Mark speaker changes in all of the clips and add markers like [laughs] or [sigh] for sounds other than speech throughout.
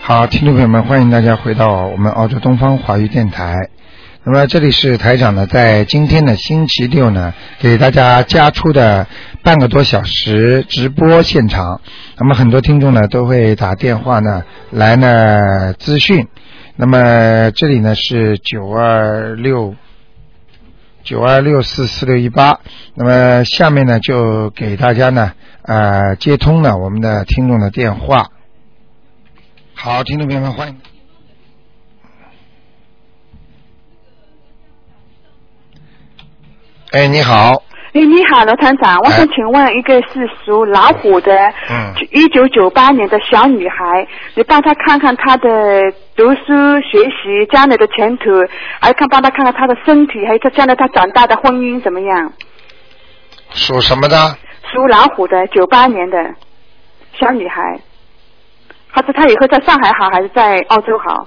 Speaker 1: 好，听众朋友们，欢迎大家回到我们澳洲东方华语电台。那么这里是台长呢，在今天的星期六呢，给大家加出的半个多小时直播现场。那么很多听众呢都会打电话呢来呢咨询。那么这里呢是九二六九二六四四六一八。那么下面呢就给大家呢呃接通了我们的听众的电话。好，听众朋友们，欢迎。哎，你好，
Speaker 2: 哎，你好，罗团长，我想请问一个是属老虎的，
Speaker 1: 嗯
Speaker 2: 一九九八年的小女孩，你帮她看看她的读书学习将来的前途，还看帮她看看她的身体，还有她将来她长大的婚姻怎么样？
Speaker 1: 属什么的？
Speaker 2: 属老虎的，九八年的小女孩，她说她以后在上海好还是在澳洲好？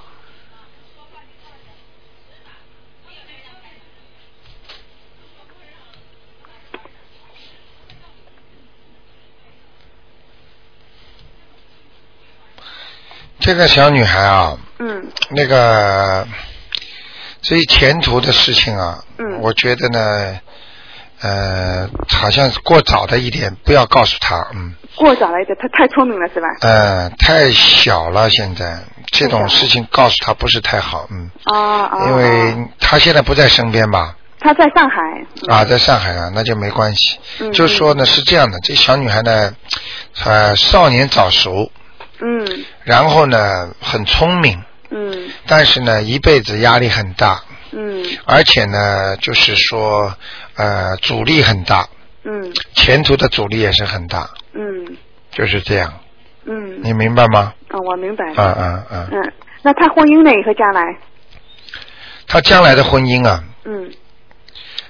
Speaker 1: 这个小女孩啊，
Speaker 2: 嗯
Speaker 1: 那个，所以前途的事情啊，
Speaker 2: 嗯
Speaker 1: 我觉得呢，呃，好像是过早的一点，不要告诉她，嗯，
Speaker 2: 过早了一点，她太聪明了是吧？
Speaker 1: 呃，太小了，现在这
Speaker 2: 太小
Speaker 1: 种
Speaker 2: 了
Speaker 1: 事情告诉她不是太好，嗯，
Speaker 2: 啊啊！
Speaker 1: 因
Speaker 2: 啊
Speaker 1: 为她现在不在身边吧，
Speaker 2: 她在上海，
Speaker 1: 啊，在上海啊，那就没关系。
Speaker 2: 嗯
Speaker 1: 就说呢是这样的，这小女孩呢，呃，少年早熟，
Speaker 2: 嗯
Speaker 1: 然后呢很聪明，
Speaker 2: 嗯
Speaker 1: 但是呢一辈子压力很大，
Speaker 2: 嗯
Speaker 1: 而且呢就是说呃阻力很大，
Speaker 2: 嗯
Speaker 1: 前途的阻力也是很大，
Speaker 2: 嗯
Speaker 1: 就是这样，
Speaker 2: 嗯，
Speaker 1: 你明白吗？
Speaker 2: 哦，我明白。
Speaker 1: 啊啊啊！
Speaker 2: 嗯，那他婚姻呢？以后将来，
Speaker 1: 她将来的婚姻啊，
Speaker 2: 嗯，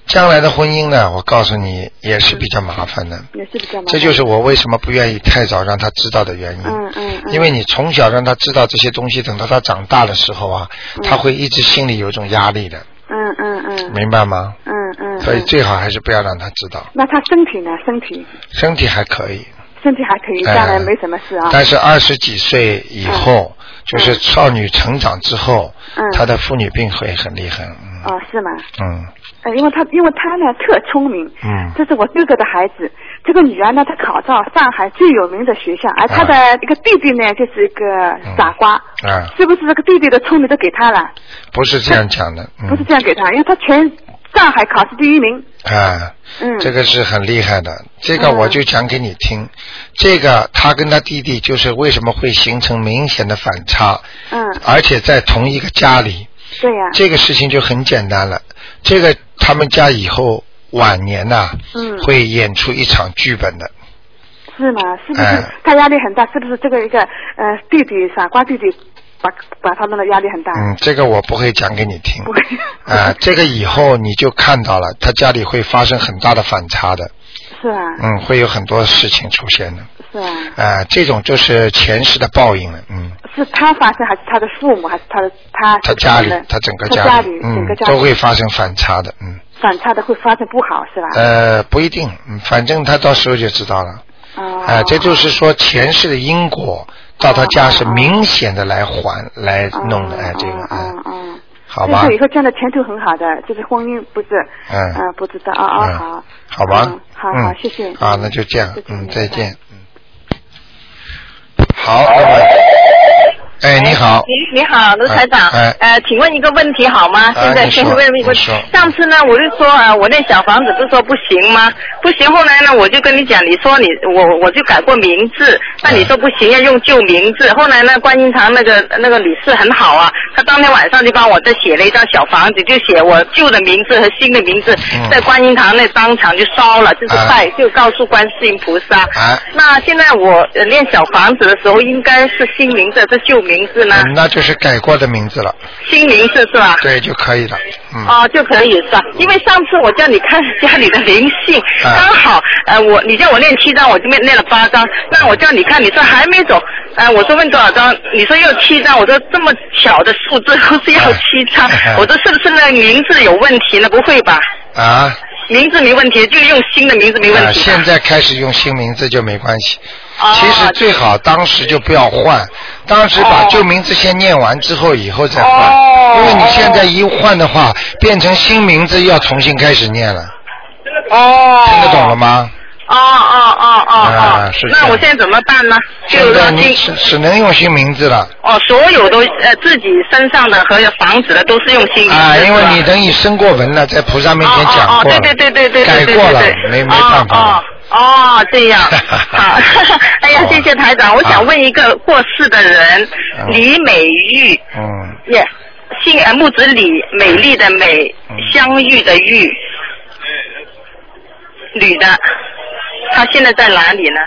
Speaker 1: 将来的婚姻呢，我告诉你也是比较麻烦的，
Speaker 2: 也是比较麻烦。
Speaker 1: 这就是我为什么不愿意太早让她知道的原因。
Speaker 2: 嗯嗯嗯，
Speaker 1: 因为你从小让他知道这些东西，等到他长大的时候啊，
Speaker 2: 嗯
Speaker 1: 他会一直心里有一种压力的，
Speaker 2: 嗯嗯嗯
Speaker 1: 明白吗？
Speaker 2: 嗯嗯，
Speaker 1: 所以
Speaker 2: 嗯
Speaker 1: 最好还是不要让他知道。
Speaker 2: 那他身体呢？身体
Speaker 1: 身体还可以，
Speaker 2: 身体还可以，
Speaker 1: 哎
Speaker 2: 将来没什么事啊。
Speaker 1: 但是二十几岁以后，就是少女成长之后，
Speaker 2: 嗯
Speaker 1: 她的妇女病会很厉害。嗯
Speaker 2: 哦，是吗？
Speaker 1: 嗯
Speaker 2: 呃，因为他因为他呢特聪明，
Speaker 1: 嗯
Speaker 2: 这是我哥哥的孩子。这个女儿呢，她考到上海最有名的学校，而她的一个弟弟呢，就是一个傻瓜。
Speaker 1: 啊，
Speaker 2: 是不是这个弟弟的聪明都给他了？
Speaker 1: 不是这样讲
Speaker 2: [laughs]
Speaker 1: 的。嗯
Speaker 2: 不是这样给他，因为他全上海考试第一名。
Speaker 1: 啊，
Speaker 2: 嗯，
Speaker 1: 这个是很厉害的，这个
Speaker 2: 嗯
Speaker 1: 我就讲给你听。这个他跟他弟弟就是为什么会形成明显的反差，
Speaker 2: 嗯，
Speaker 1: 而且在同一个家里，
Speaker 2: 对呀、
Speaker 1: 这个事情就很简单了。这个他们家以后晚年呐、
Speaker 2: 嗯，
Speaker 1: 会演出一场剧本的。
Speaker 2: 是吗？是不是、
Speaker 1: 哎
Speaker 2: 他压力很大？是不是这个一个呃弟弟傻瓜弟弟把把他们的压力很大？
Speaker 1: 嗯，这个我不会讲给你听
Speaker 2: 不会
Speaker 1: [laughs] 啊、这个以后你就看到了，他家里会发生很大的反差的，
Speaker 2: 是啊，
Speaker 1: 嗯，会有很多事情出现的。
Speaker 2: 是啊，
Speaker 1: 啊、这种就是前世的报应了，嗯，
Speaker 2: 是他发生还是他的父母还是他的他
Speaker 1: 他家里
Speaker 2: 什么的，
Speaker 1: 他整个
Speaker 2: 啊他
Speaker 1: 家
Speaker 2: 里整
Speaker 1: 嗯
Speaker 2: 个，家
Speaker 1: 都会发生反差的，嗯，
Speaker 2: 反差的会发生不好是吧？
Speaker 1: 呃，不一定，嗯，反正他到时候就知道了。
Speaker 2: 哦
Speaker 1: 啊、这就是说前世的因果到他家是明显的来还来弄的，哎，这个，
Speaker 2: 嗯
Speaker 1: 嗯，
Speaker 2: 嗯嗯，
Speaker 1: 好吧
Speaker 2: 这，以后将来前途很好的，就是婚姻不是，
Speaker 1: 嗯
Speaker 2: 呃不知道啊啊、
Speaker 1: 嗯
Speaker 2: 好，
Speaker 1: 好吧
Speaker 2: 嗯，好好
Speaker 1: 嗯，
Speaker 2: 谢谢
Speaker 1: 啊，那就这样
Speaker 2: 谢，谢
Speaker 1: 嗯，
Speaker 2: 你
Speaker 1: 再
Speaker 2: 拜拜
Speaker 1: 见，嗯，好，那么，哎，你好，
Speaker 3: 你你好，卢台长。
Speaker 1: 哎哎
Speaker 3: 呃，请问一个问题好吗？
Speaker 1: 哎
Speaker 3: 现在
Speaker 1: 你
Speaker 3: 先
Speaker 1: 说
Speaker 3: 问一个
Speaker 1: 你说。
Speaker 3: 上次呢，我就说啊、呃我那小房子不是说不行吗？不行，后来呢，我就跟你讲，你说你我我就改过名字，那你说不行，要用旧名字。后来呢，观音堂那个那个女士很好啊，她当天晚上就帮我再写了一张小房子，就写我旧的名字和新的名字，
Speaker 1: 嗯
Speaker 3: 在观音堂那当场就烧了，就是
Speaker 1: 哎
Speaker 3: 拜，就告诉观世音菩萨。
Speaker 1: 哎
Speaker 3: 那现在我呃练小房子的时候，应该是新名字还是旧名字呢？
Speaker 1: 嗯那就是改过的名字了，
Speaker 3: 新名字是吧？
Speaker 1: 对就可以了，嗯，
Speaker 3: 哦，就可以是吧？因为上次我叫你看家里的灵性，
Speaker 1: 啊
Speaker 3: 刚好呃，我你叫我念七张，我就念念了八张。那我叫你看，你说还没走，呃，我说问多少张，你说又七张，我说这么巧的数字都是要七张
Speaker 1: 啊，
Speaker 3: 我说是不是那名字有问题呢？不会吧？
Speaker 1: 啊，
Speaker 3: 名字没问题，就用新的名字没问
Speaker 1: 啊，
Speaker 3: 题吧。
Speaker 1: 现在开始用新名字就没关系。
Speaker 3: 哦
Speaker 1: 其实最好当时就不要换，当时把
Speaker 3: 哦
Speaker 1: 旧名字先念完之后，以后再换。
Speaker 3: 哦
Speaker 1: 因为你现在一换的话，变成新名字要重新开始念了，
Speaker 3: 哦，
Speaker 1: 听得懂了？吗？
Speaker 3: 哦哦哦哦
Speaker 1: 啊
Speaker 3: 哦
Speaker 1: 是，
Speaker 3: 那
Speaker 1: 这
Speaker 3: 我
Speaker 1: 样
Speaker 3: 现在怎么办呢？就
Speaker 1: 现
Speaker 3: 是
Speaker 1: 在
Speaker 3: 说
Speaker 1: 你
Speaker 3: 新
Speaker 1: 只只能用新名字了
Speaker 3: 哦，所有都呃自己身上的和房子的都是用新名字
Speaker 1: 啊，因为你
Speaker 3: 是吧
Speaker 1: 等你生过文了，在菩萨面前讲
Speaker 3: 哦哦哦，
Speaker 1: 过了，
Speaker 3: 对对对对对
Speaker 1: 改
Speaker 3: 对对对
Speaker 1: 过了
Speaker 3: 对，
Speaker 1: 没没办法了
Speaker 3: 哦。哦，哦这
Speaker 1: [laughs]
Speaker 3: 样，好， [laughs]
Speaker 1: 啊
Speaker 3: 哎呀，谢谢台长，我想问一个过世的人
Speaker 1: 嗯，
Speaker 3: 李美玉，
Speaker 1: 嗯，
Speaker 3: 也姓呃木子李，美丽的美
Speaker 1: 嗯，
Speaker 3: 相遇的遇，女的，她现在在哪里呢？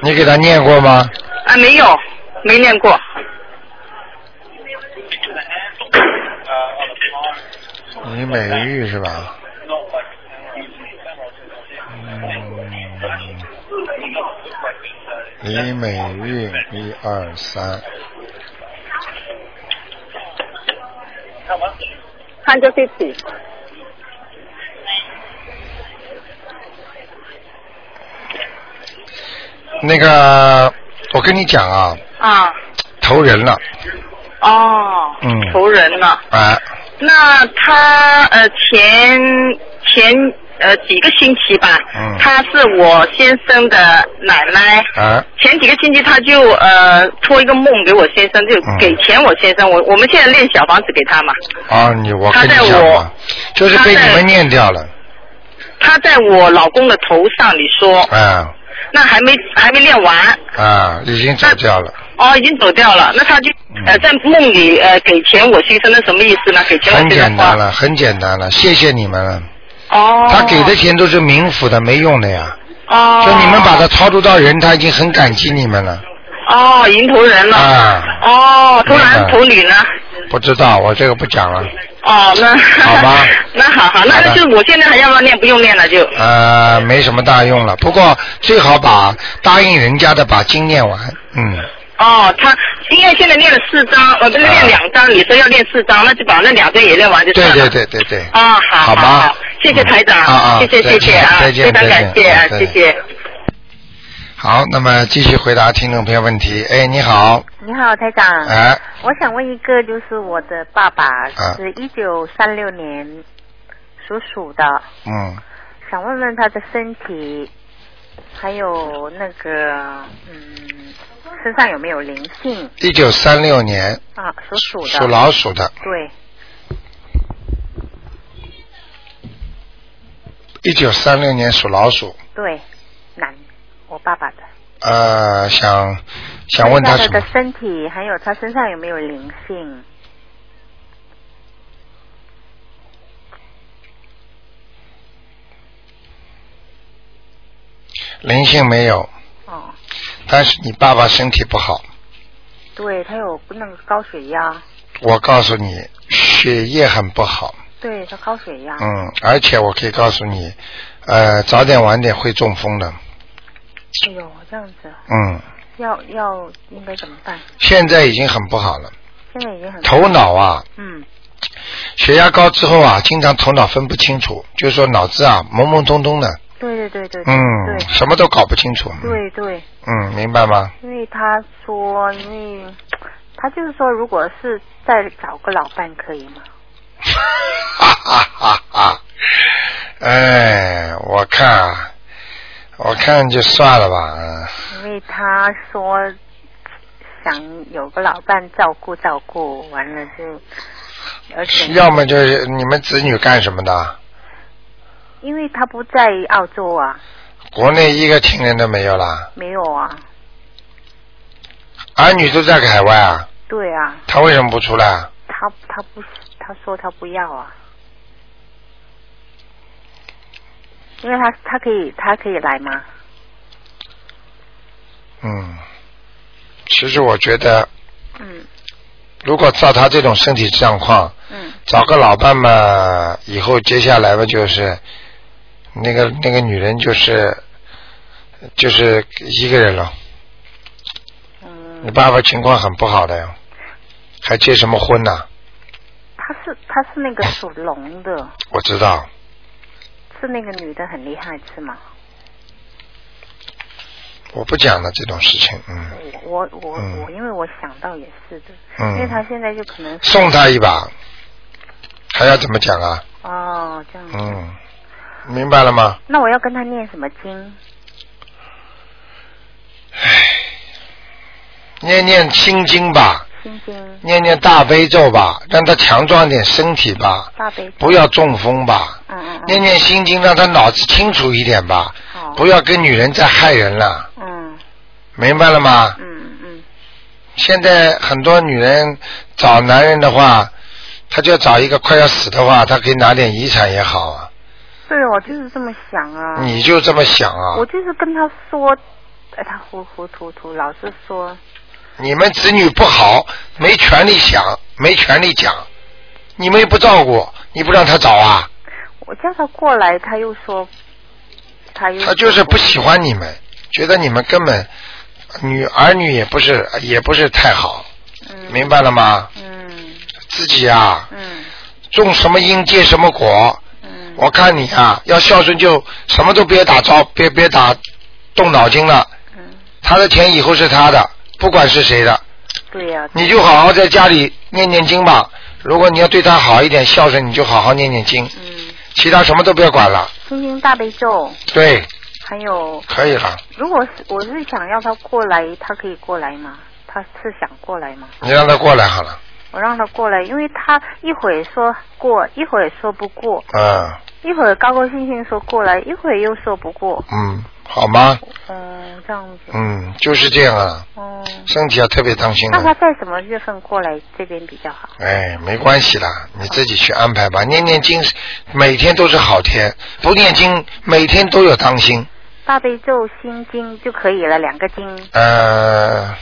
Speaker 1: 你给他念过吗？
Speaker 3: 啊，没有，没念过。
Speaker 1: 李美玉是吧？嗯，李美玉，一二三，
Speaker 4: 150.
Speaker 1: 那个，我跟你讲啊，
Speaker 3: 啊，
Speaker 1: 投人了
Speaker 3: 哦，
Speaker 1: 嗯
Speaker 3: 仇人了。
Speaker 1: 啊，
Speaker 3: 那他呃前前呃几个星期吧，
Speaker 1: 嗯
Speaker 3: 他是我先生的奶奶。
Speaker 1: 啊，
Speaker 3: 前几个星期他就呃托一个梦给我先生，就
Speaker 1: 嗯
Speaker 3: 给钱我先生。我我们现在练小房子给他嘛。
Speaker 1: 啊，你我跟
Speaker 3: 他
Speaker 1: 你
Speaker 3: 在
Speaker 1: 讲
Speaker 3: 我
Speaker 1: 啊，就是被你们念掉了，
Speaker 3: 他在我老公的头上，你说
Speaker 1: 啊
Speaker 3: 那还没还没练完，
Speaker 1: 啊，已经走掉了，
Speaker 3: 哦，已经走掉了。那他就呃
Speaker 1: 嗯
Speaker 3: 在梦里呃给钱我先生，那什么意思呢？给钱我
Speaker 1: 很
Speaker 3: 先生
Speaker 1: 简
Speaker 3: 花
Speaker 1: 单。了，很简单了，谢谢你们了。
Speaker 3: 哦。
Speaker 1: 他给的钱都是冥府的，没用的呀。
Speaker 3: 哦。
Speaker 1: 就你们把他超度到人，他已经很感激你们了。
Speaker 3: 哦，迎头人了。
Speaker 1: 啊
Speaker 3: 哦，头
Speaker 1: 嗯
Speaker 3: 男头女呢？
Speaker 1: 不知道，我这个不讲了。
Speaker 3: 哦，那
Speaker 1: 好吧
Speaker 3: [laughs] 那好好，那
Speaker 1: 好的
Speaker 3: 就我现在还要不要念？不用念了就。
Speaker 1: 呃，没什么大用了。不过最好把答应人家的把经念完。嗯，
Speaker 3: 哦，他因为现在念了四张，呃，不是
Speaker 1: 啊
Speaker 3: 念两张，你说要念四张，那就把那两张也念完就
Speaker 1: 对
Speaker 3: 算
Speaker 1: 对
Speaker 3: 了。
Speaker 1: 对对对。
Speaker 3: 啊，
Speaker 1: 好
Speaker 3: 好
Speaker 1: 吧
Speaker 3: 好，谢谢台长，
Speaker 1: 嗯啊啊
Speaker 3: 谢谢
Speaker 1: 再
Speaker 3: 谢
Speaker 1: 见
Speaker 3: 谢啊，
Speaker 1: 再见
Speaker 3: 非常感谢啊
Speaker 1: 再，
Speaker 3: 谢
Speaker 1: 见
Speaker 3: 谢。
Speaker 1: 好，那么继续回答听众朋友问题。哎，你好，
Speaker 4: 你好，台长。
Speaker 1: 哎，啊
Speaker 4: 我想问一个，就是我的爸爸是一九三六年属鼠的，
Speaker 1: 嗯，
Speaker 4: 想问问他的身体，还有那个嗯，身上有没有灵性
Speaker 1: 一九三六年
Speaker 4: 啊？属鼠的。
Speaker 1: 属老鼠的，
Speaker 4: 对，
Speaker 1: 一九三六年属老鼠。
Speaker 4: 对，男，我爸爸的。
Speaker 1: 呃，想想问他
Speaker 4: 他
Speaker 1: 什
Speaker 4: 的
Speaker 1: 么？
Speaker 4: 身体，还有他身上有没有灵性？
Speaker 1: 灵性没有，
Speaker 4: 哦，
Speaker 1: 但是你爸爸身体不好。
Speaker 4: 对他有那个高血压，
Speaker 1: 我告诉你，血液很不好。
Speaker 4: 对他高血压。
Speaker 1: 嗯，而且我可以告诉你，呃，早点晚点会中风的。
Speaker 4: 哎呦，这样子，
Speaker 1: 嗯，
Speaker 4: 要要应该怎么办？
Speaker 1: 现在已经很不好了，
Speaker 4: 现在已经很
Speaker 1: 头脑啊，
Speaker 4: 嗯
Speaker 1: 血压高之后啊，经常头脑分不清楚，就是说脑子啊懵懵懂懂的，，
Speaker 4: 对对对对，
Speaker 1: 嗯，
Speaker 4: 对
Speaker 1: 什么都搞不清楚。
Speaker 4: 对对，
Speaker 1: 嗯，明白吗？
Speaker 4: 因为他说，因为他就是说，如果是再找个老伴可以吗？
Speaker 1: 哈哈哈哈！哎，我看，啊，我看就算了吧。嗯
Speaker 4: 因为他说想有个老伴照顾照顾，完了就，而且
Speaker 1: 要么就是你们子女干什么的？
Speaker 4: 因为他不在澳洲啊，
Speaker 1: 国内一个亲人都没有啦，
Speaker 4: 没有啊，
Speaker 1: 儿女都在海外啊。
Speaker 4: 对啊，
Speaker 1: 他为什么不出来啊？
Speaker 4: 他他不他说他不要啊。因为他他可以他可以来吗？
Speaker 1: 嗯，其实我觉得，
Speaker 4: 嗯
Speaker 1: 如果照他这种身体状况，
Speaker 4: 嗯
Speaker 1: 找个老伴嘛，以后接下来嘛就是，那个那个女人就是，就是一个人了。
Speaker 4: 嗯。
Speaker 1: 你爸爸情况很不好的呀，还结什么婚呐、
Speaker 4: 他是他是那个属龙的，
Speaker 1: 我知道，
Speaker 4: 是那个女的很厉害是吗？
Speaker 1: 我不讲了这种事情，嗯
Speaker 4: 我我
Speaker 1: 嗯
Speaker 4: 我，因为我想到也是的，因为
Speaker 1: 嗯，
Speaker 4: 她现在就可能是
Speaker 1: 送他一把，还要怎么讲啊？
Speaker 4: 哦这样子。
Speaker 1: 嗯，明白了吗？
Speaker 4: 那我要跟她念什么经？
Speaker 1: 念念心经吧，
Speaker 4: 心经、
Speaker 1: 念念大悲咒吧，让他强壮点身体吧，
Speaker 4: 大悲咒。
Speaker 1: 不要中风吧。
Speaker 4: 嗯嗯嗯。
Speaker 1: 念念心经，让他脑子清楚一点吧，
Speaker 4: 好。
Speaker 1: 不要跟女人再害人了，
Speaker 4: 嗯
Speaker 1: 明白了吗？
Speaker 4: 嗯嗯
Speaker 1: 现在很多女人找男人的话，她就找一个快要死的话，她可以拿点遗产也好啊。
Speaker 4: 嗯，对，我就是这么想啊。
Speaker 1: 你就这么想啊
Speaker 4: 我？就是跟他说，哎，他糊糊涂涂，老是说，
Speaker 1: 你们子女不好，没权利想，没权利讲，你们又不照顾，你不让他找啊？
Speaker 4: 我叫他过来，他又说，他又
Speaker 1: 他就是不喜欢你们，觉得你们根本女儿女也不是也不是太好，
Speaker 4: 嗯
Speaker 1: 明白了吗？
Speaker 4: 嗯
Speaker 1: 自己啊，
Speaker 4: 嗯
Speaker 1: 种什么因结什么果，
Speaker 4: 嗯
Speaker 1: 我看你啊，要孝顺就什么都别打招，别别打动脑筋了。
Speaker 4: 嗯，
Speaker 1: 他的钱以后是他的，不管是谁的，
Speaker 4: 对呀、
Speaker 1: 你就好好在家里念念经吧。如果你要对他好一点，孝顺，你就好好念念经，
Speaker 4: 嗯，
Speaker 1: 其他什么都不要管了。
Speaker 4: 心经大悲咒，
Speaker 1: 对，
Speaker 4: 还有，
Speaker 1: 可以了，
Speaker 4: 如果是我是想要他过来，他可以过来吗？他是想过来吗？
Speaker 1: 你让他过来好了。
Speaker 4: 我让他过来，因为他一会儿说过，一会儿说不过，
Speaker 1: 嗯
Speaker 4: 一会儿高高兴兴说过来，一会儿又说不过，
Speaker 1: 嗯，好吗？
Speaker 4: 嗯，这样子，
Speaker 1: 嗯，就是这样啊，
Speaker 4: 嗯。
Speaker 1: 身体要特别当心
Speaker 4: 那他
Speaker 1: 啊。
Speaker 4: 在什么月份过来这边比较好？
Speaker 1: 哎，没关系啦，你自己去安排吧。念念经，每天都是好天；不念经，每天都有当心。
Speaker 4: 大悲咒、心经就可以了，两个经。
Speaker 1: 呃，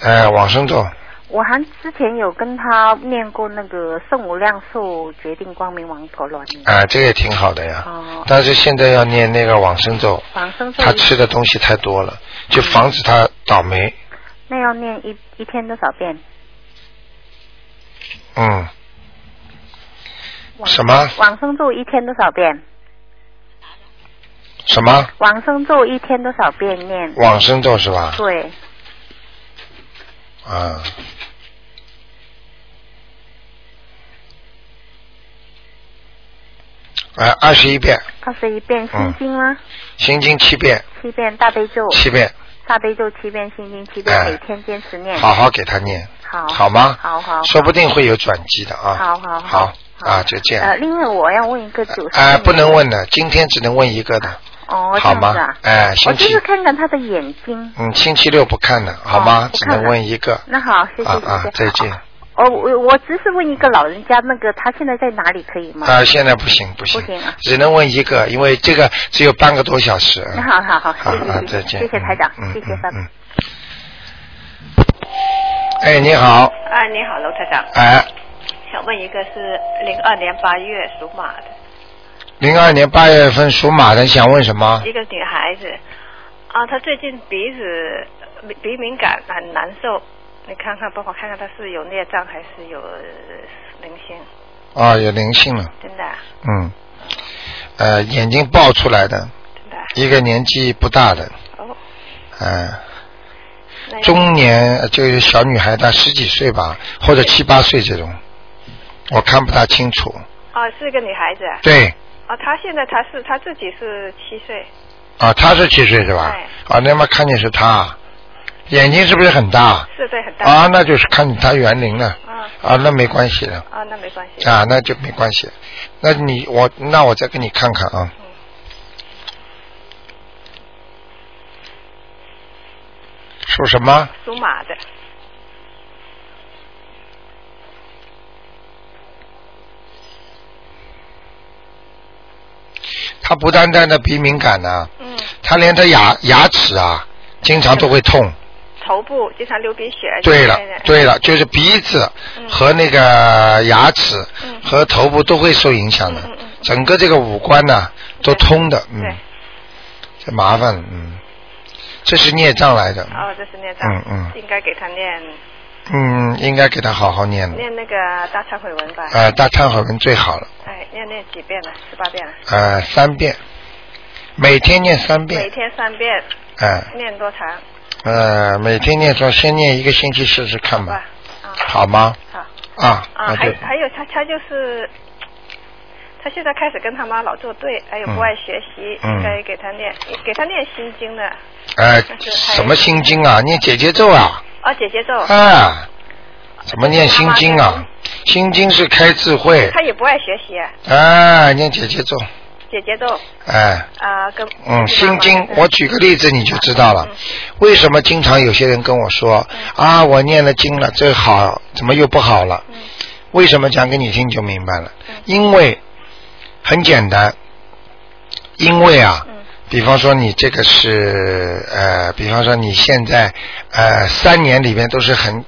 Speaker 1: 呃，往生咒，
Speaker 4: 我还之前有跟他念过那个《圣无量寿决定光明王陀罗尼》
Speaker 1: 啊、这个也挺好的呀。
Speaker 4: 哦
Speaker 1: 但是现在要念那个往生咒，
Speaker 4: 往生咒
Speaker 1: 他，吃的东西太多了，就防止他倒霉。
Speaker 4: 那要念一一天多少遍？
Speaker 1: 嗯，
Speaker 4: 往
Speaker 1: 什么
Speaker 4: 往生咒一天多少遍？
Speaker 1: 什么
Speaker 4: 往生咒一天多少遍念？
Speaker 1: 往生咒是吧？
Speaker 4: 对，
Speaker 1: 啊。哎，二十一遍，
Speaker 4: 二十一遍
Speaker 1: 嗯
Speaker 4: 心经呢？
Speaker 1: 心经七遍，
Speaker 4: 七遍大悲咒，
Speaker 1: 七遍，
Speaker 4: 大悲咒七遍，心经七遍，
Speaker 1: 哎
Speaker 4: 每天坚持念。
Speaker 1: 好好给他念，
Speaker 4: 好，
Speaker 1: 好吗？
Speaker 4: 好好，
Speaker 1: 说不定会有转机的啊。
Speaker 4: 好
Speaker 1: 好
Speaker 4: 好好
Speaker 1: 啊，就这
Speaker 4: 呃，
Speaker 1: 样。
Speaker 4: 另外我要问一个九
Speaker 1: 哎、不能问的，今天只能问一个的，
Speaker 4: 哦，这
Speaker 1: 好
Speaker 4: 样
Speaker 1: 吗
Speaker 4: 子啊？。
Speaker 1: 哎、
Speaker 4: 我
Speaker 1: 星
Speaker 4: 就
Speaker 1: 期
Speaker 4: 是看看他的眼睛。
Speaker 1: 嗯，星期六不看了，好吗？
Speaker 4: 哦不
Speaker 1: 只
Speaker 4: 看了
Speaker 1: 能问一个。
Speaker 4: 那好，谢谢
Speaker 1: 啊啊
Speaker 4: 谢，
Speaker 1: 再
Speaker 4: 谢。
Speaker 1: 见。
Speaker 4: 哦，我我只是问一个老人家，那个他现在在哪里，可以吗？
Speaker 1: 啊，现在不行不行
Speaker 4: 不行啊，
Speaker 1: 只能问一个，因为这个只有半个多小时。
Speaker 4: 那好好好，
Speaker 1: 好
Speaker 4: 谢
Speaker 1: 啊
Speaker 4: 谢，
Speaker 1: 再
Speaker 4: 谢谢，
Speaker 1: 见。
Speaker 4: 谢谢台长
Speaker 1: 嗯，
Speaker 4: 谢谢
Speaker 1: 嗯，
Speaker 4: 拜
Speaker 1: 嗯。。
Speaker 4: 拜
Speaker 1: 嗯哎，你好，
Speaker 5: 哎，你好，楼台长，
Speaker 1: 哎，
Speaker 5: 想问一个是零二年八月属马的
Speaker 1: 零二年八月份属马的，想问什么？
Speaker 5: 一个女孩子，啊，她最近鼻子鼻鼻敏感很难受，你看看，帮我看看她是有孽障还是有呃灵性，
Speaker 1: 啊，有灵性了，
Speaker 5: 真的啊
Speaker 1: 嗯，呃，眼睛爆出来的，
Speaker 5: 真的啊
Speaker 1: 一个年纪不大的，
Speaker 5: 哦，
Speaker 1: 哎，
Speaker 5: 那
Speaker 1: 中年呃就是小女孩，大十几岁吧，或者七八岁这种，我看不大清楚。
Speaker 5: 啊是一个女孩子啊，
Speaker 1: 对，
Speaker 5: 啊她现在她是她自己是七岁，
Speaker 1: 啊，她是七岁是吧
Speaker 5: 哎？
Speaker 1: 啊，那么看见是她，眼睛是不是很大？
Speaker 5: 是对很大
Speaker 1: 啊，那就是看见她园林了。
Speaker 5: 啊
Speaker 1: 啊，那没关系了，
Speaker 5: 啊那没关系，
Speaker 1: 啊，那就没关系。那你我那我再给你看看啊。属什么？
Speaker 5: 属马的，
Speaker 1: 她不单单的鼻敏感呢、
Speaker 5: 嗯，
Speaker 1: 她连她牙牙齿啊，经常都会痛。
Speaker 5: 头部经常流鼻血，
Speaker 1: 对了
Speaker 5: 现在，
Speaker 1: 对了，就是鼻子
Speaker 5: 哎嗯
Speaker 1: 和那个牙齿
Speaker 5: 嗯
Speaker 1: 和头部都会受影响的
Speaker 5: 嗯嗯嗯，
Speaker 1: 整个这个五官呢都通的，嗯
Speaker 5: 对，
Speaker 1: 这麻烦了，嗯，这是孽障来的，
Speaker 5: 哦这是孽障，
Speaker 1: 嗯嗯
Speaker 5: 应该给她念。
Speaker 1: 嗯，应该给他好好念的，啊
Speaker 5: 念那个大忏悔文吧。
Speaker 1: 呃，大忏悔文最好了，
Speaker 5: 哎，要念几遍呢？十八遍啊了。
Speaker 1: 呃，三遍，每天念三
Speaker 5: 每
Speaker 1: 遍，
Speaker 5: 天三遍，
Speaker 1: 嗯
Speaker 5: 念多长？
Speaker 1: 呃，每天念说先念一个星期试试看吧，
Speaker 5: 啊
Speaker 1: 好吗？
Speaker 5: 好
Speaker 1: 啊，
Speaker 5: 啊，
Speaker 1: 那
Speaker 5: 还
Speaker 1: 就
Speaker 5: 还有他他就是，他现在开始跟他妈老作对，还有
Speaker 1: 嗯
Speaker 5: 不爱学习，
Speaker 1: 嗯
Speaker 5: 该给他念给他念心经的，
Speaker 1: 呃
Speaker 5: 还有
Speaker 1: 什么心经啊？念姐姐咒啊？
Speaker 5: 哦，姐姐咒，
Speaker 1: 啊，怎么念心经
Speaker 5: 妈妈
Speaker 1: 啊？心经是开智慧
Speaker 5: 他也不爱学习，
Speaker 1: 啊，念姐姐咒，
Speaker 5: 姐姐咒
Speaker 1: 哎，
Speaker 5: 啊跟
Speaker 1: 嗯，心经，我举个例子你就知道了
Speaker 5: 嗯。
Speaker 1: 为什么经常有些人跟我说啊，我念了经了，这好，怎么又不好了？
Speaker 5: 嗯
Speaker 1: 为什么讲给你听就明白了
Speaker 5: 嗯？
Speaker 1: 因为很简单，因为啊，
Speaker 5: 嗯
Speaker 1: 比方说你这个是呃，比方说你现在呃三年里面都是很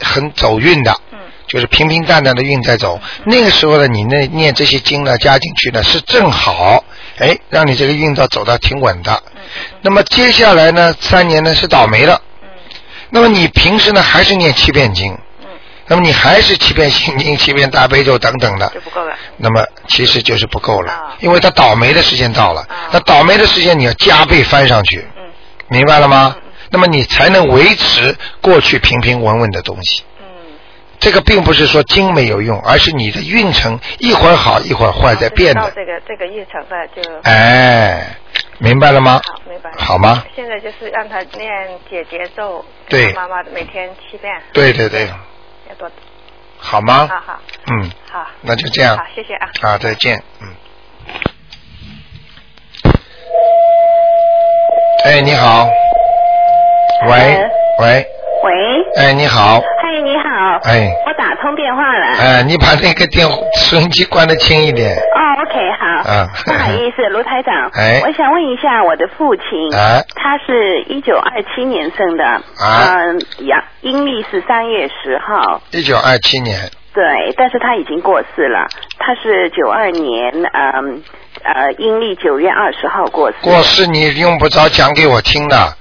Speaker 1: 很走运的，
Speaker 5: 嗯
Speaker 1: 就是平平淡淡的运在走。那个时候呢，你那念这些经呢加进去呢是正好，哎，让你这个运道走到挺稳的。
Speaker 5: 嗯
Speaker 1: 那么接下来呢，三年呢是倒霉了。
Speaker 5: 嗯
Speaker 1: 那么你平时呢还是念七遍经，
Speaker 5: 嗯
Speaker 1: 那么你还是七遍心经、七遍大悲咒等等的
Speaker 5: 嗯，就不够了，
Speaker 1: 那么其实就是不够了
Speaker 5: 啊，
Speaker 1: 因为他倒霉的时间到了
Speaker 5: 啊，
Speaker 1: 那倒霉的时间你要加倍翻上去，
Speaker 5: 嗯
Speaker 1: 明白了吗
Speaker 5: 嗯嗯？
Speaker 1: 那么你才能维持过去平平稳稳的东西。
Speaker 5: 嗯，
Speaker 1: 这个并不是说经没有用，而是你的运程一会儿好一会儿坏在变
Speaker 5: 到
Speaker 1: 的。
Speaker 5: 这个这个日程的就
Speaker 1: 哎，明白了吗？
Speaker 5: 好明白，
Speaker 1: 好吗？
Speaker 5: 现在就是让他念姐姐咒，
Speaker 1: 对
Speaker 5: 妈妈每天七遍，
Speaker 1: 对对对，
Speaker 5: 要多，
Speaker 1: 好吗？
Speaker 5: 嗯好好
Speaker 1: 嗯，
Speaker 5: 好，
Speaker 1: 那就这样
Speaker 5: 好，谢谢啊。
Speaker 1: 啊，再见，嗯。哎，你好。喂
Speaker 6: 嗯
Speaker 1: 喂，
Speaker 6: 喂，
Speaker 1: 哎，你好，
Speaker 6: 嘿，你好，
Speaker 1: 哎
Speaker 6: 我打通电话了。
Speaker 1: [laughs] 哎，你把那个电收音机关的轻一点
Speaker 6: 哦，OK，好。
Speaker 1: [laughs] 嗯
Speaker 6: 不好意思，卢台长。
Speaker 1: 哎
Speaker 6: 我想问一下我的父亲，
Speaker 1: 哎啊
Speaker 6: 他是一九二七年生的，嗯、阳阴历是三月十号，
Speaker 1: 一九二七年，
Speaker 6: 对，但是他已经过世了。他是九二年，嗯呃阴历九月二十号过世。
Speaker 1: 过世你用不着讲给我听的，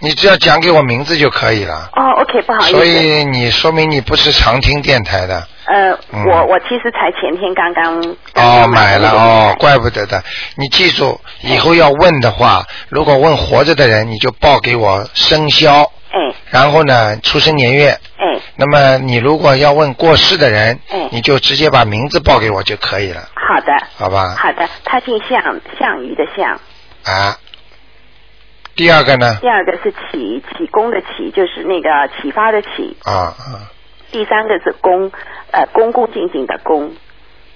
Speaker 1: 你只要讲给我名字就可以了。
Speaker 6: 哦，OK，不好意思。
Speaker 1: 所以你说明你不是常听电台
Speaker 6: [laughs]
Speaker 1: 的
Speaker 6: 呃，
Speaker 1: 嗯
Speaker 6: 我我其实才前天刚刚
Speaker 1: 哦，买了哦，
Speaker 6: 怪。
Speaker 1: 怪不得的。你记住，以后要问的话，如果问活着的人，你就报给我生肖，
Speaker 6: 哎
Speaker 1: 然后呢出生年月。
Speaker 6: 哎，
Speaker 1: 那么你如果要问过世的人
Speaker 6: 哎，
Speaker 1: 你就直接把名字报给我就可以了，
Speaker 6: 好的。
Speaker 1: 好吧？
Speaker 6: 好的，他姓项，项羽的项。
Speaker 1: 啊。第二个呢？
Speaker 6: 第二个是启，启功的启，就是那个启发的启。
Speaker 1: 啊啊，
Speaker 6: 第三个是恭，呃，恭恭敬敬的恭，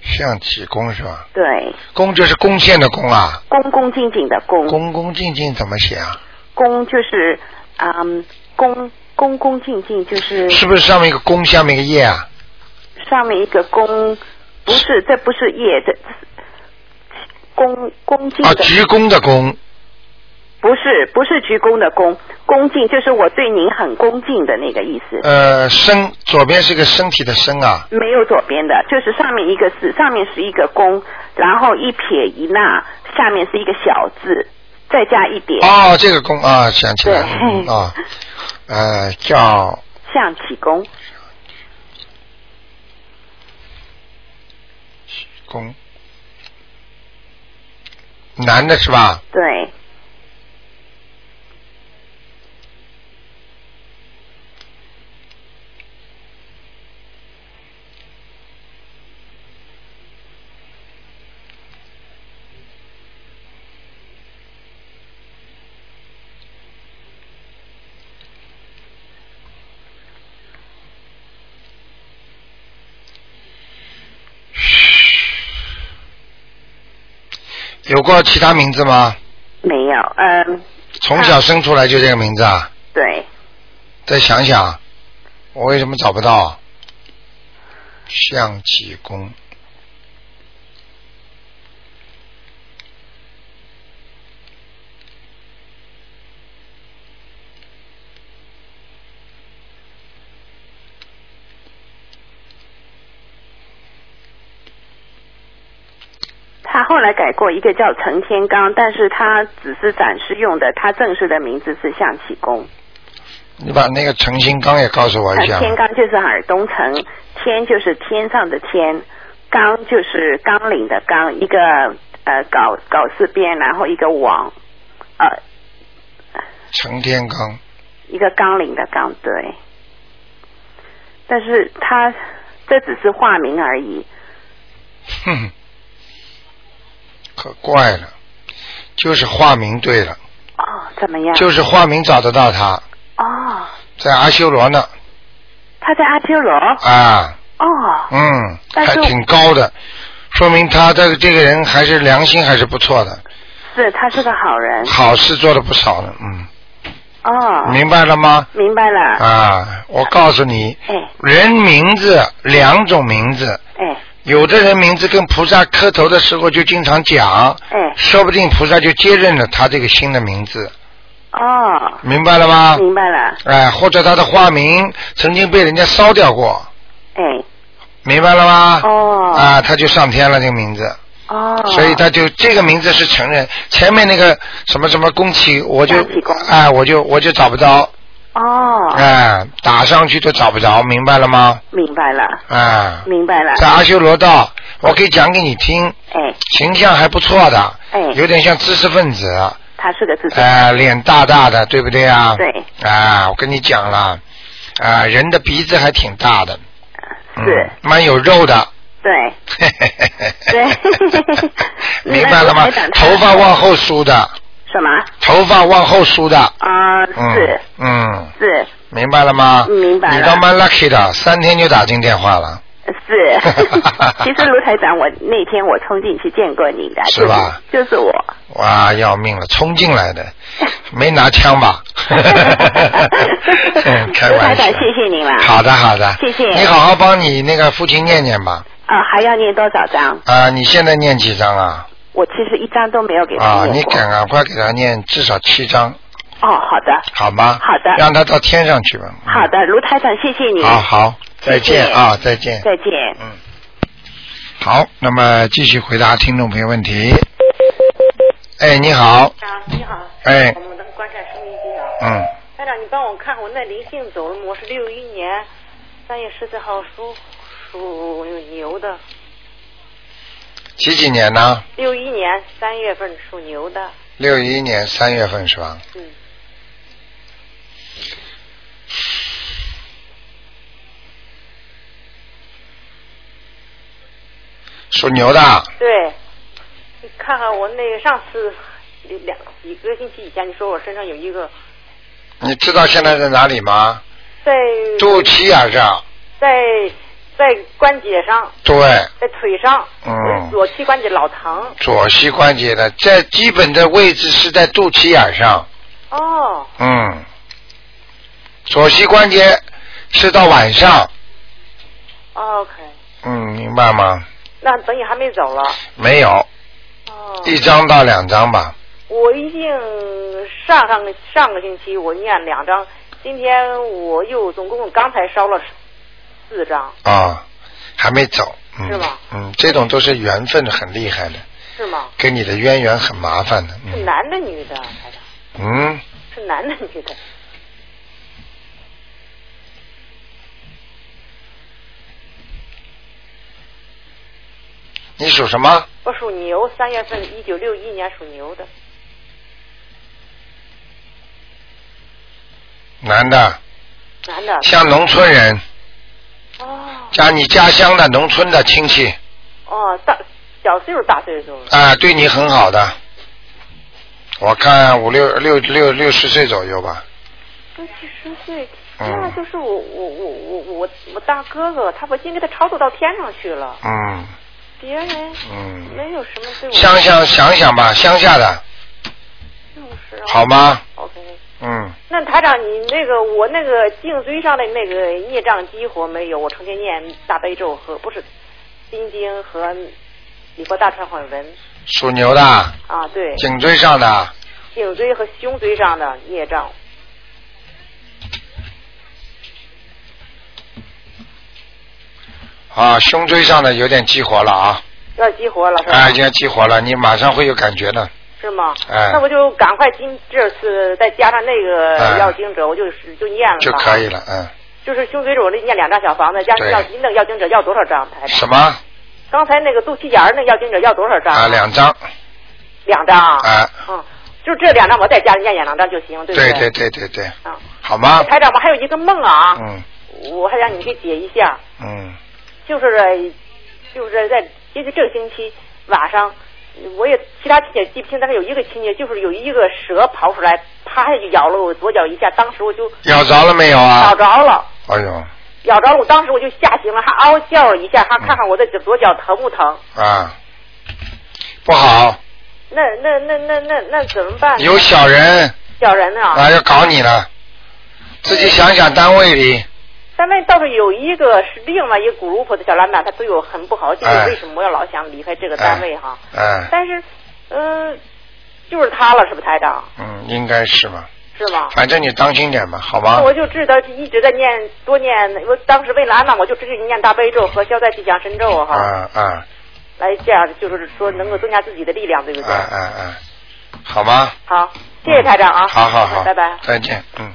Speaker 1: 象启功是吧？
Speaker 6: 对，
Speaker 1: 功就是贡献的功啊，
Speaker 6: 恭恭敬敬的恭，
Speaker 1: 恭恭敬敬怎么写啊？
Speaker 6: 恭就是，嗯，恭恭恭敬敬就是
Speaker 1: 是不是上面一个弓，下面一个叶啊？
Speaker 6: 上面一个恭，不是，这不是业，这这是恭恭敬
Speaker 1: 啊，
Speaker 6: 的，
Speaker 1: 鞠躬的躬
Speaker 6: 不是不是鞠躬的躬，恭敬就是我对您很恭敬的那个意思。
Speaker 1: 呃，身左边是个身体的身啊，
Speaker 6: 没有左边的，就是上面一个是上面是一个弓，然后一撇一捺，下面是一个小字，再加一点，
Speaker 1: 哦，这个弓啊，想起来了
Speaker 6: 对
Speaker 1: 嗯啊，呃，叫
Speaker 6: 象棋弓。
Speaker 1: 弓，男的是吧？
Speaker 6: 对，
Speaker 1: 有过其他名字吗？
Speaker 6: 没有，嗯，
Speaker 1: 从小生出来就这个名字啊？
Speaker 6: 对，
Speaker 1: 再想想，我为什么找不到？象棋弓。
Speaker 6: 他后来改过一个叫陈天罡，但是他只是暂时用的，他正式的名字是象棋弓。
Speaker 1: 你把那个陈新刚也告诉我
Speaker 6: 呃
Speaker 1: 一下。
Speaker 6: 天罡就是耳东城，天就是天上的天，纲就是纲领的纲，一个呃搞搞四边，然后一个王，呃
Speaker 1: 陈天罡，
Speaker 6: 一个纲领的纲，对。但是他这只是化名而已，
Speaker 1: 哼，可怪了，就是化名对了，
Speaker 6: 哦，怎么样？
Speaker 1: 就是化名找得到他，
Speaker 6: 哦，
Speaker 1: 在阿修罗呢
Speaker 6: 他在阿修罗，
Speaker 1: 啊，
Speaker 6: 哦，
Speaker 1: 嗯，
Speaker 6: 但
Speaker 1: 还
Speaker 6: 是
Speaker 1: 挺高的，说明他的这个人还是良心还是不错的，
Speaker 6: 是他是个好人，
Speaker 1: 好事做的不少呢，嗯，
Speaker 6: 哦，
Speaker 1: 明白了吗？
Speaker 6: 明白了，
Speaker 1: 啊，我告诉你，
Speaker 6: 哎
Speaker 1: 人名字两种名字，
Speaker 6: 哎
Speaker 1: 有的人名字跟菩萨磕头的时候就经常讲，
Speaker 6: 哎，
Speaker 1: 说不定菩萨就接任了他这个新的名字，
Speaker 6: 哦，
Speaker 1: 明白了吗？
Speaker 6: 明白了，
Speaker 1: 哎，或者他的化名曾经被人家烧掉过，
Speaker 6: 哎，
Speaker 1: 明白了吗？
Speaker 6: 哦
Speaker 1: 啊，他就上天了这个名字，
Speaker 6: 哦，
Speaker 1: 所以他就这个名字是承认，前面那个什么什么宫崎，我就
Speaker 6: 宫崎宫
Speaker 1: 哎，我就我就找不着，
Speaker 6: 哦，
Speaker 1: 哎，打上去都找不着，明白了吗？
Speaker 6: 明白了，
Speaker 1: 哎，
Speaker 6: 明白了，
Speaker 1: 在阿修罗道，我可以讲给你听，
Speaker 6: 哎
Speaker 1: 形象还不错的，
Speaker 6: 哎，
Speaker 1: 有点像知识分子，
Speaker 6: 他是个自私，
Speaker 1: 哎、脸大大的，对不对啊？
Speaker 6: 对，
Speaker 1: 啊，我跟你讲了，啊、人的鼻子还挺大的，嗯
Speaker 6: 啊是，
Speaker 1: 蛮有肉
Speaker 6: [laughs]
Speaker 1: 的，
Speaker 6: 对，
Speaker 1: 嘿嘿嘿嘿
Speaker 6: 对 [laughs]
Speaker 1: 明白了吗
Speaker 6: 那卢台长？他
Speaker 1: 头发往后梳的，
Speaker 6: 什么？
Speaker 1: 头发往后梳的，
Speaker 6: 啊，
Speaker 1: 嗯
Speaker 6: 是
Speaker 1: 嗯，
Speaker 6: 是
Speaker 1: 明白了吗？
Speaker 6: 明白了
Speaker 1: 你倒蛮 lucky 的，三天就打进电话了， [laughs]
Speaker 6: 是。 [laughs] 其实卢台长，我那天我冲进去见过你的，
Speaker 1: 是吧？
Speaker 6: 就是就是我。
Speaker 1: 哇，要命了，冲进来
Speaker 6: [laughs]
Speaker 1: 的，没拿枪吧？开
Speaker 6: 卢
Speaker 1: 玩笑
Speaker 6: 台长，，谢谢您了。
Speaker 1: 好的，好的，
Speaker 6: 谢谢
Speaker 1: 你好好帮你那个父亲念念吧。
Speaker 6: 啊，还要念多少张？
Speaker 1: 啊，你现在念几张啊？
Speaker 6: 我其实一张都没有给他
Speaker 1: 啊，你
Speaker 6: 念过。
Speaker 1: 赶赶快给他念至少七张，
Speaker 6: 哦，好的，
Speaker 1: 好吗？
Speaker 6: 好的
Speaker 1: 让他到天上去吧。嗯
Speaker 6: 好。的，卢台长，谢谢你。
Speaker 1: 好好，再
Speaker 6: 谢
Speaker 1: 见
Speaker 6: 谢
Speaker 1: 啊，再见。
Speaker 6: 再见。
Speaker 1: 嗯。好，那么继续回答听众朋友问题。哎，你好，
Speaker 7: 啊，你好，
Speaker 1: 哎
Speaker 7: 我们的观察收音机啊，
Speaker 1: 嗯，
Speaker 7: 台长，你帮我看我那灵性走了吗？我是六一年三月十四号属属牛的，
Speaker 1: 几几年呢？
Speaker 7: 六一年三月份属牛的，
Speaker 1: 六一年三月份是吧？
Speaker 7: 嗯，
Speaker 1: 属牛的，
Speaker 7: 对，你看看我那个上次两几个星期以前，你说我身上有一个
Speaker 1: 你知道现在在哪里吗？
Speaker 7: 在
Speaker 1: 肚脐眼上，
Speaker 7: 在在关节上，
Speaker 1: 对，
Speaker 7: 在腿上，
Speaker 1: 嗯
Speaker 7: 左膝关节老疼，
Speaker 1: 左膝关节的，在基本的位置是在肚脐眼上，
Speaker 7: 哦，
Speaker 1: 嗯，左膝关节是到晚上，
Speaker 7: 哦 OK，
Speaker 1: 嗯，明白吗？
Speaker 7: 那等于还没走了，
Speaker 1: 没有，
Speaker 7: 哦，
Speaker 1: 一张到两张吧，
Speaker 7: 我已经上上个上个星期我念两张，今天我又总共刚才烧了四张，
Speaker 1: 啊、还没走，嗯，
Speaker 7: 是吗
Speaker 1: 嗯，这种都是缘分很厉害的，
Speaker 7: 是吗？
Speaker 1: 跟你的渊源很麻烦的，
Speaker 7: 是
Speaker 1: 嗯，
Speaker 7: 男的女的？台长
Speaker 1: 嗯，
Speaker 7: 是男的女的？
Speaker 1: 你属什么？
Speaker 7: 我属牛，三月份一九六一年属牛的，
Speaker 1: 男的，
Speaker 7: 男的。
Speaker 1: 像农村人，
Speaker 7: 哦
Speaker 1: 家你家乡的农村的亲戚，
Speaker 7: 哦，大小岁数大岁数了。
Speaker 1: 啊，对你很好的。我看五六六六六十岁左右吧，
Speaker 7: 都七十岁，
Speaker 1: 嗯
Speaker 7: 那就是我我我我我我大哥哥，他把经给他超度到天上去了，
Speaker 1: 嗯
Speaker 7: 别人
Speaker 1: 嗯，
Speaker 7: 没有什么对我。
Speaker 1: 乡下想想吧，乡下的
Speaker 7: 就是啊
Speaker 1: 好吗？
Speaker 7: OK。
Speaker 1: 嗯，
Speaker 7: 那台长，你那个我那个颈椎上的那个孽障激活没有？我成天念大悲咒和不是心经和礼佛大忏悔文
Speaker 1: 属牛的，
Speaker 7: 啊，对，
Speaker 1: 颈椎上的，
Speaker 7: 颈椎和胸椎上的孽障。
Speaker 1: 啊，胸椎上的有点激活了啊，
Speaker 7: 要激活了是吧？
Speaker 1: 啊，已经激活了，你马上会有感觉的。
Speaker 7: 是吗？
Speaker 1: 哎
Speaker 7: 那我就赶快今这次再加上那个
Speaker 1: 哎
Speaker 7: 药经者，我就是就念了吧
Speaker 1: 就可以。了，嗯。
Speaker 7: 就是胸椎这我那念两张小房子，加上
Speaker 1: 对
Speaker 7: 药那个药经者要多少张？台长
Speaker 1: 什么？
Speaker 7: 刚才那个肚脐眼儿那要经者要多少张？
Speaker 1: 啊，两张，
Speaker 7: 两张啊。
Speaker 1: 啊，
Speaker 7: 嗯，就这两张，我在家里念两张就行，对不
Speaker 1: 对
Speaker 7: 对
Speaker 1: 对对对对，
Speaker 7: 啊
Speaker 1: 好吗？
Speaker 7: 台长，我还有一个梦啊，
Speaker 1: 嗯
Speaker 7: 我还让你给解一下，
Speaker 1: 嗯
Speaker 7: 就是呃就是在也就这个星期晚上，我也其他情节记不清，但是有一个情节就是有一个蛇跑出来，趴下就咬了我左脚一下，当时我就
Speaker 1: 咬着了没有啊
Speaker 7: 咬着了。
Speaker 1: 哎呦，
Speaker 7: 咬着了，我当时我就吓醒了，还嗷叫了一下，还看看我的左脚疼不疼？
Speaker 1: 啊，不好，
Speaker 7: 那那那那那那怎么办呢？
Speaker 1: 有小人
Speaker 7: 小人啊，
Speaker 1: 啊要搞你了，自己想想单位里，
Speaker 7: 单位倒是有一个是另外一个 group 的小老板，他对我很不好，就是
Speaker 1: 哎
Speaker 7: 为什么我要老想离开这个单位哈？
Speaker 1: 哎，
Speaker 7: 但是，嗯、就是他了，是不是台长？
Speaker 1: 嗯，应该是吧，
Speaker 7: 是吗？
Speaker 1: 反正你当心点吧，好吗
Speaker 7: 那？我就知道一直在念，多念。我当时为了安娜，我就只是念大悲咒和消灾吉祥神
Speaker 8: 嗯
Speaker 7: 咒
Speaker 1: 啊
Speaker 7: 哈，
Speaker 1: 啊
Speaker 7: 来这样就是说能够增加自己的力量，对不
Speaker 1: 啊
Speaker 8: 嗯
Speaker 7: 对？
Speaker 1: 啊啊，好吗？
Speaker 7: 好，谢谢台长啊。
Speaker 1: 好好好，
Speaker 7: 拜拜。
Speaker 1: 再见，嗯。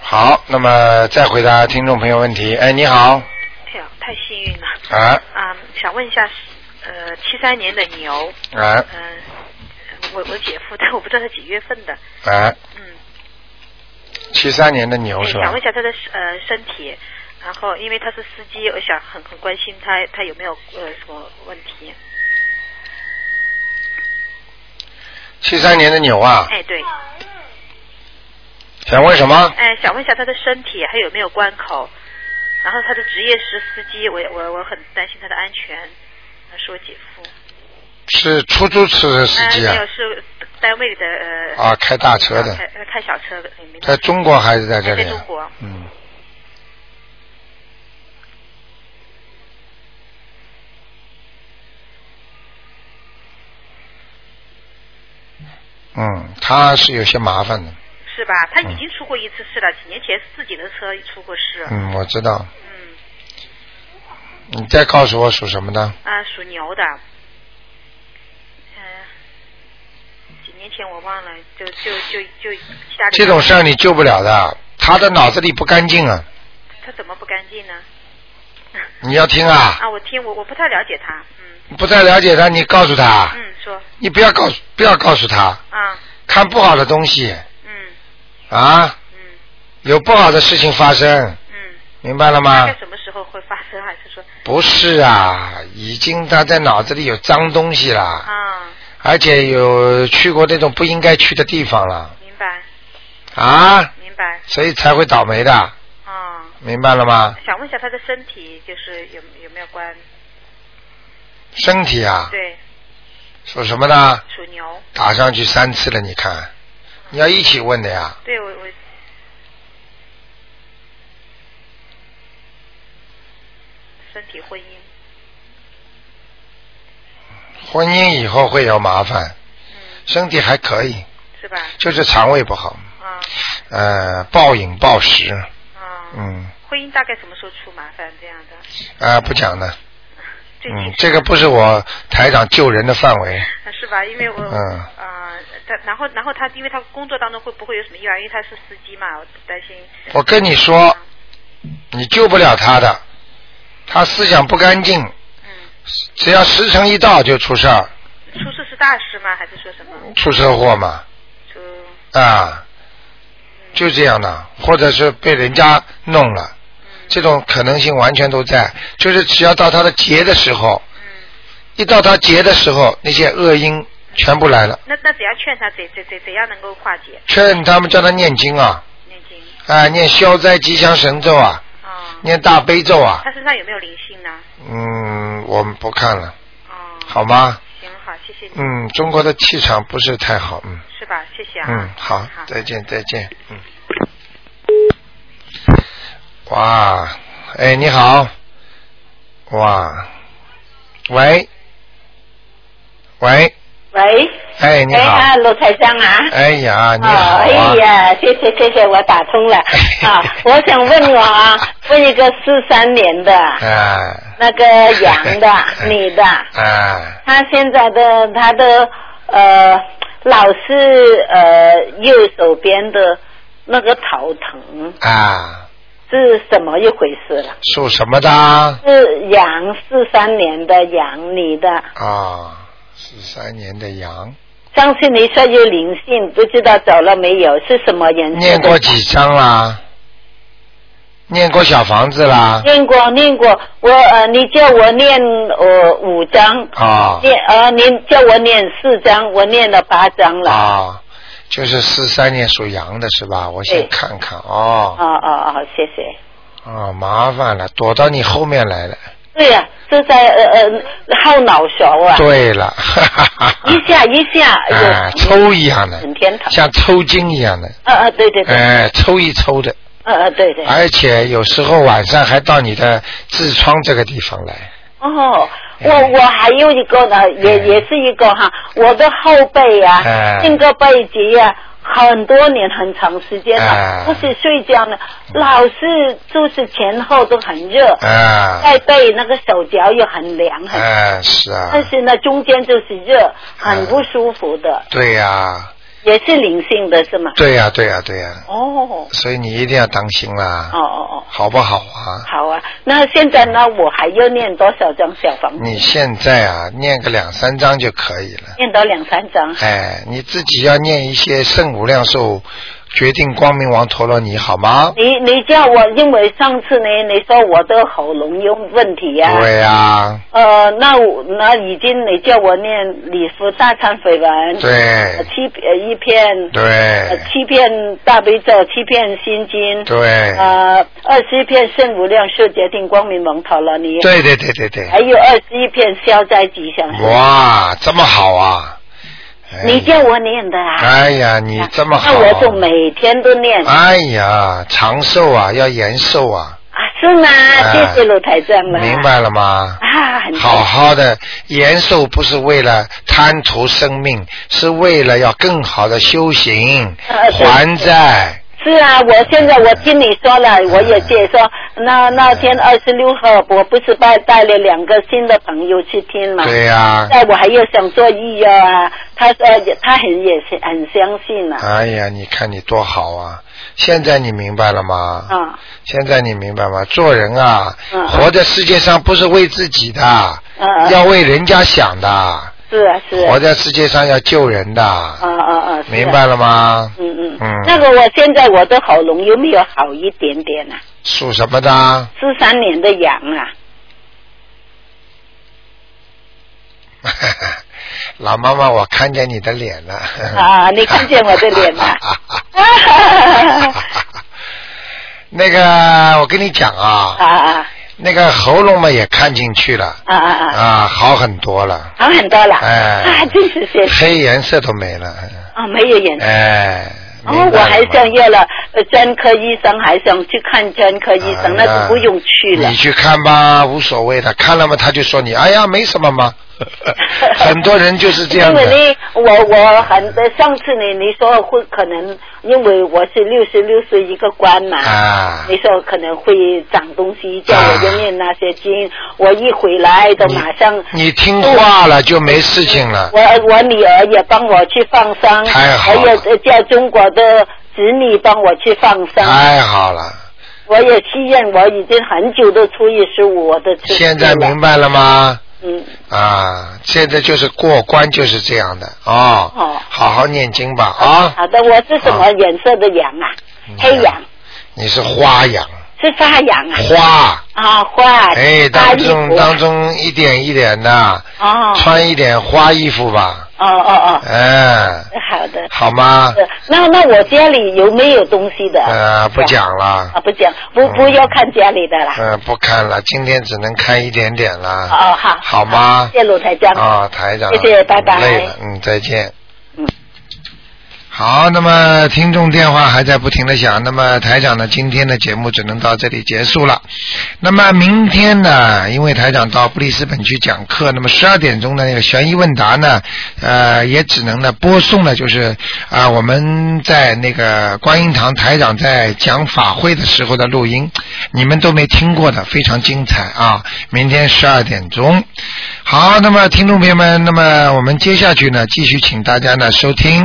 Speaker 1: 好，那么再回答听众朋友问题。哎，你好，
Speaker 8: 哎呀，太幸运了。
Speaker 1: 啊
Speaker 8: 嗯，想问一下，呃，七三年的牛，
Speaker 1: 啊
Speaker 8: 嗯、我我姐夫， [laughs] 但我不知道他几月份的，
Speaker 1: 啊，
Speaker 8: 嗯，
Speaker 1: 七三年的牛
Speaker 8: 对
Speaker 1: 是
Speaker 8: 哎想
Speaker 1: 吧
Speaker 8: 问一？下他的呃身体，然后因为他是司机，我想很很关心他他有没有呃什么问题？
Speaker 1: 七三年的牛啊，
Speaker 8: 哎，对，
Speaker 1: 想问什么？
Speaker 8: 哎，想问一下他的身体还有没有关口？然后他的职业是司机，我我我很担心他的安全，呃是我姐夫，
Speaker 1: 是出租车司机
Speaker 8: 哎
Speaker 1: 啊
Speaker 8: 没有？是单位的呃
Speaker 1: 啊，开大车的，
Speaker 8: 开呃开小车的，嗯明白
Speaker 1: 在中国还是在这里
Speaker 8: 在
Speaker 1: 啊？
Speaker 8: 中国
Speaker 1: 嗯。嗯，他是有些麻烦的。
Speaker 8: 是吧？他已经出过一次事了，几年前自己的车出过事。
Speaker 1: 嗯，我知道。
Speaker 8: 啊嗯，
Speaker 1: 你再告诉我属什么的？
Speaker 8: 啊，属牛的。嗯、几年前我忘了，就就就就家里。
Speaker 1: 这种事儿你救不了的，他的脑子里不干净啊！
Speaker 8: 他怎么不干净呢？
Speaker 1: 你要听啊，
Speaker 8: 啊，我听我我不太了解他，嗯
Speaker 1: 不太了解他，你告诉他，
Speaker 8: 嗯，说
Speaker 1: 你不要告诉不要告诉他，
Speaker 8: 啊，
Speaker 1: 看不好的东西
Speaker 8: 嗯
Speaker 1: 啊，
Speaker 8: 嗯
Speaker 1: 有不好的事情发生，
Speaker 8: 嗯，
Speaker 1: 明白了
Speaker 8: 大
Speaker 1: 吗
Speaker 8: 概？什么时候会发生？还是说
Speaker 1: 不是啊，已经他在脑子里有脏东西啦，
Speaker 8: 啊，
Speaker 1: 而且有去过那种不应该去的地方了
Speaker 8: 明白
Speaker 1: 啊，
Speaker 8: 明白
Speaker 1: 所以才会倒霉的，
Speaker 8: 啊？
Speaker 1: 明白了吗？
Speaker 8: 想问一下他的身体，就是有有没有关？
Speaker 1: 身体啊，
Speaker 8: 对，
Speaker 1: 属什么呢？
Speaker 8: 属牛。
Speaker 1: 啊打上去三次了，你看，你要一起问的呀。
Speaker 8: 对我我身体婚姻，
Speaker 1: 婚姻以后会有麻烦，
Speaker 8: 嗯，
Speaker 1: 身体还可以，
Speaker 8: 是吧？
Speaker 1: 就是肠胃不好，
Speaker 8: 啊
Speaker 1: 呃，暴饮暴食，
Speaker 8: 啊，，
Speaker 1: 嗯，
Speaker 8: 婚姻大概什么时候出麻烦这样的？
Speaker 1: 啊、不讲了，
Speaker 8: 最近
Speaker 1: 嗯，这个不是我台长救人的范围，
Speaker 8: 啊是吧？因为我
Speaker 1: 嗯
Speaker 8: 啊，他然后然后他因为他工作当中会不会有什么意外？因为他是司机嘛，我担心。
Speaker 1: 我跟你说，你救不了他的，他思想不干净，
Speaker 8: 嗯，
Speaker 1: 只要时辰一到就出事儿，
Speaker 8: 出事是大事吗？还是说什么？
Speaker 1: 出车祸嘛，
Speaker 8: 出
Speaker 1: 啊，就这样的，或者是被人家弄了，
Speaker 8: 嗯
Speaker 1: 这种可能性完全都在，就是只要到他的劫的时候，
Speaker 8: 嗯，
Speaker 1: 一到他劫的时候，那些恶因全部来了。
Speaker 8: 那那怎样劝他？怎怎怎怎样能够化解？
Speaker 1: 劝他们叫他念经啊，
Speaker 8: 念经
Speaker 1: 啊，念消灾吉祥神咒啊，
Speaker 8: 啊，
Speaker 1: 念大悲咒啊。
Speaker 8: 他身上有没有灵性呢？
Speaker 1: 嗯，我们不看了，
Speaker 8: 啊，
Speaker 1: 好吗？
Speaker 8: 行好，谢谢你，
Speaker 1: 嗯，中国的气场不是太好，嗯
Speaker 8: 是吧？谢谢啊。
Speaker 1: 嗯，好，
Speaker 8: 好，
Speaker 1: 再见再见，嗯。哇，哎，你好，哇，喂，喂，
Speaker 9: 喂，
Speaker 1: 哎，你
Speaker 9: 哎
Speaker 1: 好，
Speaker 9: 啊，卢台长啊。
Speaker 1: 哎呀，你好、
Speaker 9: 哦，
Speaker 1: 啊，
Speaker 9: 哎呀，谢谢谢谢，我打
Speaker 1: [laughs]
Speaker 9: 通了啊！我想问我啊，问一个四三年的
Speaker 1: 哎，
Speaker 9: 那个
Speaker 1: [laughs]
Speaker 9: 羊的女的，
Speaker 1: 哎，
Speaker 9: 她现在的她的呃老是呃右手边的那个头疼
Speaker 1: 啊，
Speaker 9: 是怎么一回事了？
Speaker 1: 属什么的啊？
Speaker 9: 是羊，四三年的羊，你的。
Speaker 1: 啊，十三年的羊，
Speaker 9: 上次你说有灵性，不知道走了没有？是什么颜色的？
Speaker 1: 念过几张啦？念过小房子啦？
Speaker 9: 念过，念过。我呃，你叫我念呃五张，
Speaker 1: 啊
Speaker 9: 念呃，你叫我念四张，我念了八张了。
Speaker 1: 啊，就是四三年属羊的是吧？我先
Speaker 9: 对
Speaker 1: 看看哦。
Speaker 9: 哦哦哦，谢谢。
Speaker 1: 啊，麻烦了，躲到你后面来了。
Speaker 9: 对呀、这在呃呃后脑勺啊，
Speaker 1: 对了，
Speaker 9: [laughs]
Speaker 1: 哈哈哈
Speaker 9: 一下一下有、
Speaker 1: 哎，抽一样的，
Speaker 9: 很天堂。
Speaker 1: 像抽筋一样的，
Speaker 9: 呃呃，对对对，
Speaker 1: 哎，抽一抽的，
Speaker 9: 呃呃对对。
Speaker 1: 而且有时候晚上还到你的痔疮这个地方
Speaker 9: [laughs]
Speaker 1: 来。
Speaker 9: 哦，我
Speaker 1: 哎
Speaker 9: 我还有一个呢，也也是一个哈，我的后背
Speaker 1: 哎
Speaker 9: 啊，颈个背脊啊，很多年很长时间
Speaker 1: 哎嗯
Speaker 9: 了，不是睡觉呢，老是就是前后都很热，
Speaker 1: 啊，
Speaker 9: 再背那个手脚又很凉很，
Speaker 1: 哎，是啊，
Speaker 9: 但是呢中间就是热，很不舒服的，
Speaker 1: 对呀、
Speaker 9: 也是灵性的是吗？
Speaker 1: 对呀、对呀、对呀、
Speaker 9: 哦
Speaker 1: 所以你一定要当心啦，
Speaker 9: 哦哦哦，
Speaker 1: 好不好啊？
Speaker 9: 好啊，那现在呢，我还要念多少张小房子？
Speaker 1: 你现在啊，念个两三章就可以了。
Speaker 9: 念到两三张。
Speaker 1: 哎，你自己要念一些圣无量寿，决定光明王陀罗尼，好吗？
Speaker 9: 你你叫我，因为上次呢，你说我的喉咙有问题呀、
Speaker 1: 对啊呀、
Speaker 9: 呃，那我那已经你叫我念礼佛大忏悔文，呃
Speaker 1: 对
Speaker 9: 七呃一片，呃
Speaker 1: 对
Speaker 9: 七片大悲咒，七片心经，
Speaker 1: 对
Speaker 9: 呃二十一片圣无量寿决定光明蒙陀罗尼，
Speaker 1: 对对对对对，
Speaker 9: 还有二十一片消灾吉祥神。
Speaker 1: 哇，这么好啊！哎
Speaker 9: 你叫我念的啊？
Speaker 1: 哎呀，你这么好，啊
Speaker 9: 那我就每天都念。
Speaker 1: 哎呀，长寿啊，要延寿啊，
Speaker 9: 啊是吗？谢谢卢台长了。
Speaker 1: 明。白了吗？
Speaker 9: 啊，很
Speaker 1: 好好的延寿不是为了贪图生命，是为了要更好的修行
Speaker 9: 呃对
Speaker 1: 还债。
Speaker 9: 是啊，我现在我听你说了，我也介绍。那那天二十六号，我不是带带了两个新的朋友去听嘛？
Speaker 1: 对呀、
Speaker 9: 在我还要想做医药啊，他呃他很也是很相信啊。
Speaker 1: 哎呀，你看你多好啊！现在你明白了吗？
Speaker 9: 啊，
Speaker 1: 现在你明白吗？做人啊，
Speaker 9: 嗯
Speaker 1: 活在世界上不是为自己的，
Speaker 9: 嗯嗯
Speaker 1: 要为人家想的。
Speaker 9: 是啊是啊
Speaker 1: 活，在世界上要救人的，
Speaker 9: 啊啊啊，是啊
Speaker 1: 明白。了吗？
Speaker 9: 嗯嗯
Speaker 1: 嗯
Speaker 9: 那个我现在我的喉咙有没有好一点点啊？
Speaker 1: 属什么的？
Speaker 9: 四三年的羊啊，
Speaker 1: 老妈妈，我看见你的脸了。
Speaker 9: 啊你看见我的脸啊了
Speaker 1: [laughs] 那个，我跟你讲啊，
Speaker 9: 啊啊
Speaker 1: 那个喉咙嘛也看进去了，
Speaker 9: [laughs] 啊啊啊，
Speaker 1: 啊，好很多了，
Speaker 9: 好很多了。
Speaker 1: 哎
Speaker 9: 啊，真是谢谢。
Speaker 1: 黑颜色都没了，
Speaker 9: 啊，没有眼睛。
Speaker 1: 哎。
Speaker 9: 然后
Speaker 1: 明白
Speaker 9: 哦我还
Speaker 1: 了吗
Speaker 9: 想要了呃专科医生，还想去看专科医
Speaker 1: 啊
Speaker 9: 生，那就不用去了
Speaker 1: 你。去看吧，无所谓的。看了嘛，他就说你，哎呀，没什么
Speaker 9: [laughs]
Speaker 1: 嘛。很多人就是这样
Speaker 9: 因
Speaker 1: 的。
Speaker 9: 为呢，我我很上次呢，你说会可能，因为我是六十六岁一个官嘛，
Speaker 1: 啊
Speaker 9: 你说可能会长东西，叫
Speaker 1: 啊
Speaker 9: 我就念那些经，我一回来都马上，
Speaker 1: 你听话了就没事情了。
Speaker 9: 我我女儿也帮我去放生，
Speaker 1: 太好
Speaker 9: 还
Speaker 1: 了
Speaker 9: 有呃叫中国的子女帮我去放生，
Speaker 1: 太好了，
Speaker 9: 我也去验，我已经很久都初一十五我都去。
Speaker 1: 现在明白了吗？
Speaker 9: 嗯。
Speaker 1: 啊，现在就是过关就是这样的哦。
Speaker 9: 哦
Speaker 1: 好好念经吧啊！
Speaker 9: 好的，我是什么颜色的羊啊？黑羊
Speaker 1: 你是花羊，
Speaker 9: 是发羊啊？
Speaker 1: 花，
Speaker 9: 啊，花。
Speaker 1: 哎，
Speaker 9: 发
Speaker 1: 当
Speaker 9: 衣服
Speaker 1: 中
Speaker 9: 啊
Speaker 1: 当中一点一点的，
Speaker 9: 哦
Speaker 1: 穿一点花衣服吧，
Speaker 9: 哦哦
Speaker 1: 嗯，
Speaker 9: 哦，好的。
Speaker 1: 好吗？
Speaker 9: 是那那我家里有没有东西的？
Speaker 1: 呃，不讲了
Speaker 9: 啊，，不讲，不不要看家里的啦。
Speaker 1: 呃，不看了，今天只能看一点点了。
Speaker 9: 哦好。
Speaker 1: 哎好吗
Speaker 9: 谢谢鲁台长。
Speaker 1: 啊，台长，
Speaker 9: 谢谢拜拜
Speaker 1: 累了，嗯，再见。
Speaker 9: 嗯。
Speaker 1: 好，那么听众电话还在不停的响，那么台长呢，今天的节目只能到这里结束了。那么明天呢，因为台长到布里斯本去讲课，那么十二点钟的那个悬疑问答呢，呃，也只能呢播送呢，就是啊、我们在那个观音堂台长在讲法会的时候的录音，你们都没听过的，非常精彩啊！明天十二点钟。好，那么听众朋友们，那么我们接下去呢，继续请大家呢收听。